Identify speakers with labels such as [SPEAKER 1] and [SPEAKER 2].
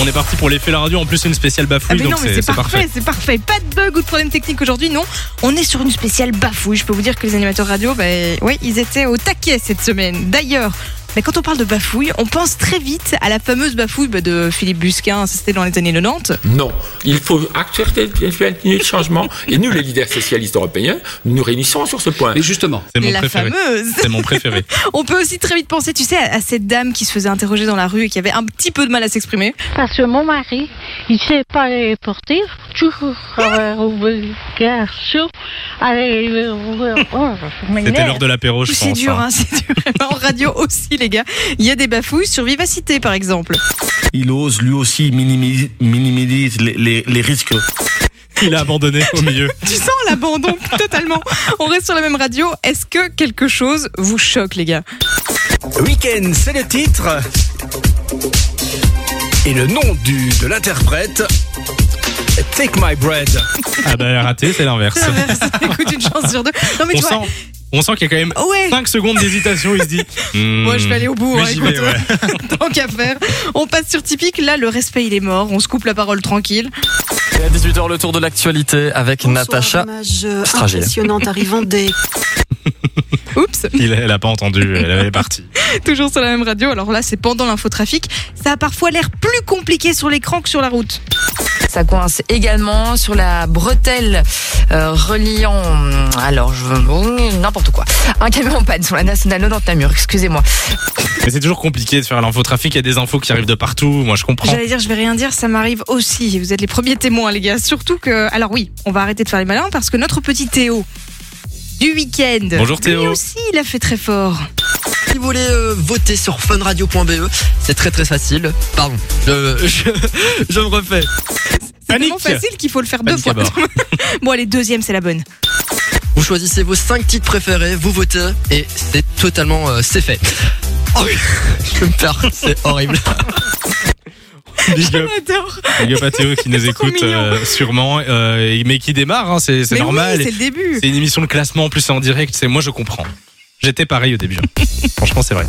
[SPEAKER 1] on est parti pour l'effet la radio. En plus, c'est une spéciale
[SPEAKER 2] Ah
[SPEAKER 1] bafouille,
[SPEAKER 2] mais non,
[SPEAKER 1] donc
[SPEAKER 2] mais
[SPEAKER 1] c'est
[SPEAKER 2] c'est
[SPEAKER 1] c'est
[SPEAKER 2] parfait, c'est parfait. Pas de bug ou de problème technique aujourd'hui, non. On est sur une spéciale bafouille. Je peux vous dire que les animateurs radio, bah, ouais, ils étaient au taquet cette semaine. D'ailleurs, bah, quand on parle de bafouille, on pense très vite à la fameuse bafouille bah, de Philippe Busquin, ça, c'était dans les années 90.
[SPEAKER 3] Non, il faut actualiser le changement. Et nous, les leaders socialistes européens, nous nous réunissons sur ce point.
[SPEAKER 4] Mais justement,
[SPEAKER 1] C'est mon
[SPEAKER 2] La
[SPEAKER 1] préféré.
[SPEAKER 2] fameuse.
[SPEAKER 1] C'est mon préféré.
[SPEAKER 2] On peut aussi très vite penser, tu sais, à, à cette dame qui se faisait interroger dans la rue et qui avait un petit peu de mal à s'exprimer.
[SPEAKER 5] Parce que mon mari, il s'est pas porté, toujours euh, avoir obligation. Allez, euh, euh, oh, je m'énerve.
[SPEAKER 1] C'était l'heure de l'apéro, je pense.
[SPEAKER 2] C'est dur,
[SPEAKER 1] hein.
[SPEAKER 2] hein, c'est dur. En radio aussi, les gars, il y a des bafouilles sur Vivacité, par exemple.
[SPEAKER 6] Il ose lui aussi minimiser, minimiser les, les- les risques.
[SPEAKER 2] hein.
[SPEAKER 1] Il a abandonné au milieu.
[SPEAKER 2] Tu sens l'abandon totalement. On reste sur la même radio. Est-ce que quelque chose vous choque, les gars
[SPEAKER 7] Week-end, c'est le titre. Et le nom du, de l'interprète. Take my bread.
[SPEAKER 1] Ah bah, elle a raté, c'est l'inverse.
[SPEAKER 2] C'est l'inverse. Écoute, une chance sur deux. Non, mais
[SPEAKER 1] On
[SPEAKER 2] tu Ah, vois.
[SPEAKER 1] sent, on sent qu'il y a quand même
[SPEAKER 2] Ouais.
[SPEAKER 1] 5 secondes d'hésitation. Il se dit hmm,
[SPEAKER 2] Moi, je vais aller au bout.
[SPEAKER 1] mais
[SPEAKER 2] hein,
[SPEAKER 1] j'y
[SPEAKER 2] écoute.
[SPEAKER 1] vais, ouais.
[SPEAKER 2] Tant qu'à faire. On passe sur typique. Là, le respect, il est mort. On se coupe la parole tranquille.
[SPEAKER 8] Et à 18h, le tour de l'actualité avec
[SPEAKER 9] Bonsoir,
[SPEAKER 8] Natacha.
[SPEAKER 9] image euh,
[SPEAKER 8] Stragiel.
[SPEAKER 9] impressionnante arrivant des
[SPEAKER 2] Oups.
[SPEAKER 1] Il, elle a pas entendu, elle elle est partie.
[SPEAKER 2] Toujours sur la même radio. Alors là, c'est pendant l'infotrafic. Ça a parfois l'air plus compliqué sur l'écran que sur la route.
[SPEAKER 10] Ça coince également sur la bretelle euh, reliant. hum, Alors, je veux. hum, N'importe quoi. Un camion en panne sur la nationale 90 Namur, excusez-moi.
[SPEAKER 1] Mais c'est toujours compliqué de faire l'infotrafic. Il y a des infos qui arrivent de partout. Moi, je comprends.
[SPEAKER 2] J'allais dire, je vais rien dire, ça m'arrive aussi. Vous êtes les premiers témoins, les gars. Surtout que. Alors oui, on va arrêter de faire les malins parce que notre petit Théo du week-end.
[SPEAKER 1] Bonjour,
[SPEAKER 2] Lui
[SPEAKER 1] Théo.
[SPEAKER 2] aussi, il a fait très fort.
[SPEAKER 8] Si vous voulez euh, voter sur funradio.be, E, c'est très très facile. Pardon, Euh, je, je, je me refais.
[SPEAKER 2] C'est
[SPEAKER 1] Panique.
[SPEAKER 2] tellement facile qu'il faut le faire deux
[SPEAKER 1] Panique
[SPEAKER 2] fois.
[SPEAKER 1] à bord.
[SPEAKER 2] bon, allez, deuxième, c'est la bonne.
[SPEAKER 8] Vous choisissez vos 5 titres préférés, vous votez et c'est totalement. euh, c'est fait. Oh, je me perds, c'est horrible.
[SPEAKER 1] Big up,
[SPEAKER 2] J'adore.
[SPEAKER 1] big up à Théo qui nous
[SPEAKER 2] C'est trop
[SPEAKER 1] écoute
[SPEAKER 2] mignon.
[SPEAKER 1] euh, sûrement, euh, mais qui démarre, hein, c'est c'est
[SPEAKER 2] Mais
[SPEAKER 1] normal.
[SPEAKER 2] oui, c'est le début.
[SPEAKER 1] C'est une émission de classement, en plus c'est en direct, c'est moi je comprends. J'étais pareil au début. hein. Franchement, c'est vrai.